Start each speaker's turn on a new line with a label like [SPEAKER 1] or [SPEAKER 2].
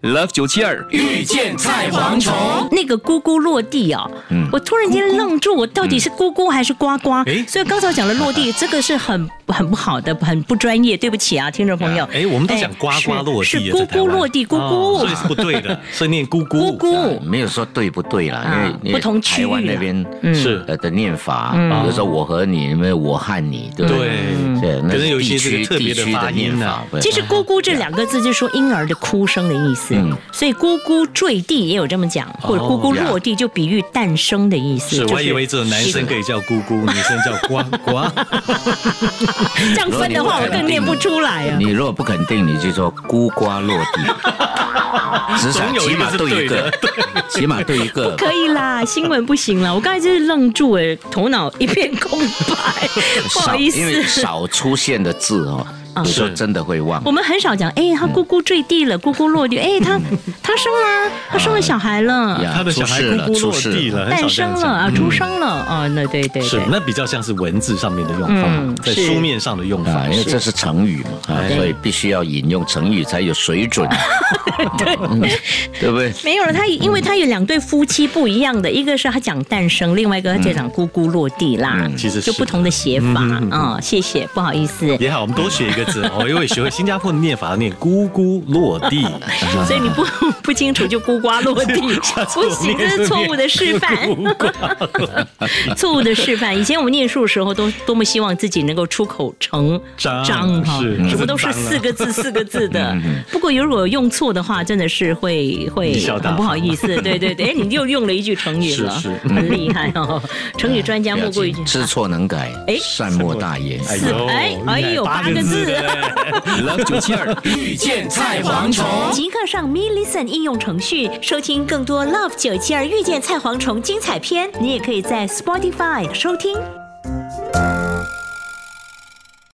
[SPEAKER 1] Love 九七二
[SPEAKER 2] 遇见菜蝗虫。
[SPEAKER 3] 哦那个咕咕落地哦，
[SPEAKER 2] 嗯
[SPEAKER 3] 我突然间愣住，我到底是咕咕还是呱呱？
[SPEAKER 2] 诶
[SPEAKER 3] 所以刚才我讲的 落地，这个是很很不好的，很不专业，对不起啊，听众朋友。
[SPEAKER 2] 哎，我们都讲呱呱落
[SPEAKER 3] 是
[SPEAKER 2] 地
[SPEAKER 3] 是
[SPEAKER 2] 啊，在
[SPEAKER 3] 咕
[SPEAKER 2] 台
[SPEAKER 3] 咕
[SPEAKER 2] 湾
[SPEAKER 3] 落地，咕咕
[SPEAKER 2] 所以是不对的，是念咕咕
[SPEAKER 3] 咕咕，
[SPEAKER 4] 啊没有说对不对啦，因为
[SPEAKER 3] 嗯啊
[SPEAKER 4] 因为
[SPEAKER 3] 不同区域啊
[SPEAKER 4] 台湾那边
[SPEAKER 3] 嗯
[SPEAKER 2] 是
[SPEAKER 4] 呃的念法，
[SPEAKER 3] 嗯
[SPEAKER 4] 比如说我和你，没有我和你，对不
[SPEAKER 2] 对
[SPEAKER 3] 嗯
[SPEAKER 4] 对，
[SPEAKER 2] 可
[SPEAKER 4] 那
[SPEAKER 2] 能有一些
[SPEAKER 4] 地
[SPEAKER 2] 这个
[SPEAKER 4] 区
[SPEAKER 2] 特别
[SPEAKER 4] 地
[SPEAKER 2] 的
[SPEAKER 4] 区
[SPEAKER 2] 发
[SPEAKER 4] 的念
[SPEAKER 2] 音啊
[SPEAKER 4] 法，对
[SPEAKER 3] 其实“咕咕”这两个字就是说婴儿的哭声的意思，
[SPEAKER 4] 嗯
[SPEAKER 3] 所以“咕咕坠地”也有这么讲，或者“咕咕落地”就比喻诞生的意思。
[SPEAKER 2] 哦是，
[SPEAKER 3] 就
[SPEAKER 2] 我还以为只有男生可以叫咕咕，女生叫呱呱。
[SPEAKER 3] 这样分的话，我更念不
[SPEAKER 2] 嗯
[SPEAKER 3] 出来啊。
[SPEAKER 4] 你如果不肯定，你就说孤瓜落 地，至少
[SPEAKER 2] 总有一
[SPEAKER 4] 起
[SPEAKER 2] 个
[SPEAKER 4] 码
[SPEAKER 2] 是
[SPEAKER 4] 对
[SPEAKER 2] 对
[SPEAKER 4] 一个
[SPEAKER 2] 的，
[SPEAKER 4] 起码对一个。
[SPEAKER 3] 可以 啦，新闻不行了，我刚才就是愣住哎，头脑一片空 白， 不好
[SPEAKER 4] 少，
[SPEAKER 3] 意思啊
[SPEAKER 4] 因。为少出现的字哦，有时候
[SPEAKER 2] 是
[SPEAKER 4] 真的会忘
[SPEAKER 3] 我。们很少讲，哎，他咕咕坠 地了，咕咕落地，哎，他他生了，啊他生了小孩了，
[SPEAKER 4] 呀
[SPEAKER 2] 他的小孩
[SPEAKER 4] 出事
[SPEAKER 2] 咕咕
[SPEAKER 4] 出
[SPEAKER 2] 落
[SPEAKER 4] 事
[SPEAKER 2] 地了，啊很少
[SPEAKER 3] 诞
[SPEAKER 2] 这
[SPEAKER 3] 生
[SPEAKER 2] 样
[SPEAKER 3] 了啊，
[SPEAKER 2] 讲。嗯
[SPEAKER 3] 出生了啊，那对对
[SPEAKER 2] 是
[SPEAKER 3] 对，，
[SPEAKER 2] 那比较像是文字上面的用
[SPEAKER 3] 嗯
[SPEAKER 2] 法，在
[SPEAKER 3] 是
[SPEAKER 2] 书面上的用
[SPEAKER 4] 啊，
[SPEAKER 2] 法
[SPEAKER 4] 因。为这是成语嘛，啊，
[SPEAKER 2] 哎
[SPEAKER 4] 所以必须要引用成语才有水准， 嗯对不对？
[SPEAKER 3] 没有了，
[SPEAKER 2] 嗯
[SPEAKER 3] 他因为他有两对夫妻不一样的，一个是他讲诞生，另外一个他就讲咕咕落地啦，
[SPEAKER 2] 嗯其实是嗯
[SPEAKER 3] 就不同的写法啊，谢谢，不好意思。
[SPEAKER 2] 也好，我们多学一个 字哦，因为学会新加坡的念法，念咕咕落地。
[SPEAKER 3] 所以你不 不清楚就孤瓜落 地，不行，这是错误的示范，错误的示范。以前我们念书的时候，都多么希望自己能够出口成
[SPEAKER 2] 章啊
[SPEAKER 3] 哈
[SPEAKER 2] 是，
[SPEAKER 3] 什么都
[SPEAKER 2] 这是章
[SPEAKER 3] 是
[SPEAKER 2] 啊嗯
[SPEAKER 3] 四个字四个字的。不过如果用错的话，真的是会会
[SPEAKER 2] 贻笑大方啊
[SPEAKER 3] 很不好意思。对对对，哎，你又用了一句成语了，
[SPEAKER 2] 是
[SPEAKER 3] 很厉害哦。成语专家
[SPEAKER 4] 不
[SPEAKER 3] 莫
[SPEAKER 4] 要
[SPEAKER 3] 过于
[SPEAKER 4] 紧知错能改
[SPEAKER 3] 哎，
[SPEAKER 4] 善莫大焉。
[SPEAKER 2] 哎呦
[SPEAKER 3] 哎哎呦
[SPEAKER 2] 八
[SPEAKER 3] 八个字
[SPEAKER 2] 的嘞
[SPEAKER 1] Love 九七二
[SPEAKER 2] 遇见菜蝗虫。
[SPEAKER 3] 即刻上 Me Listen 应用程序收听更多 Love 九七二遇见菜蝗虫精彩片。你也可以在 Spotify 收听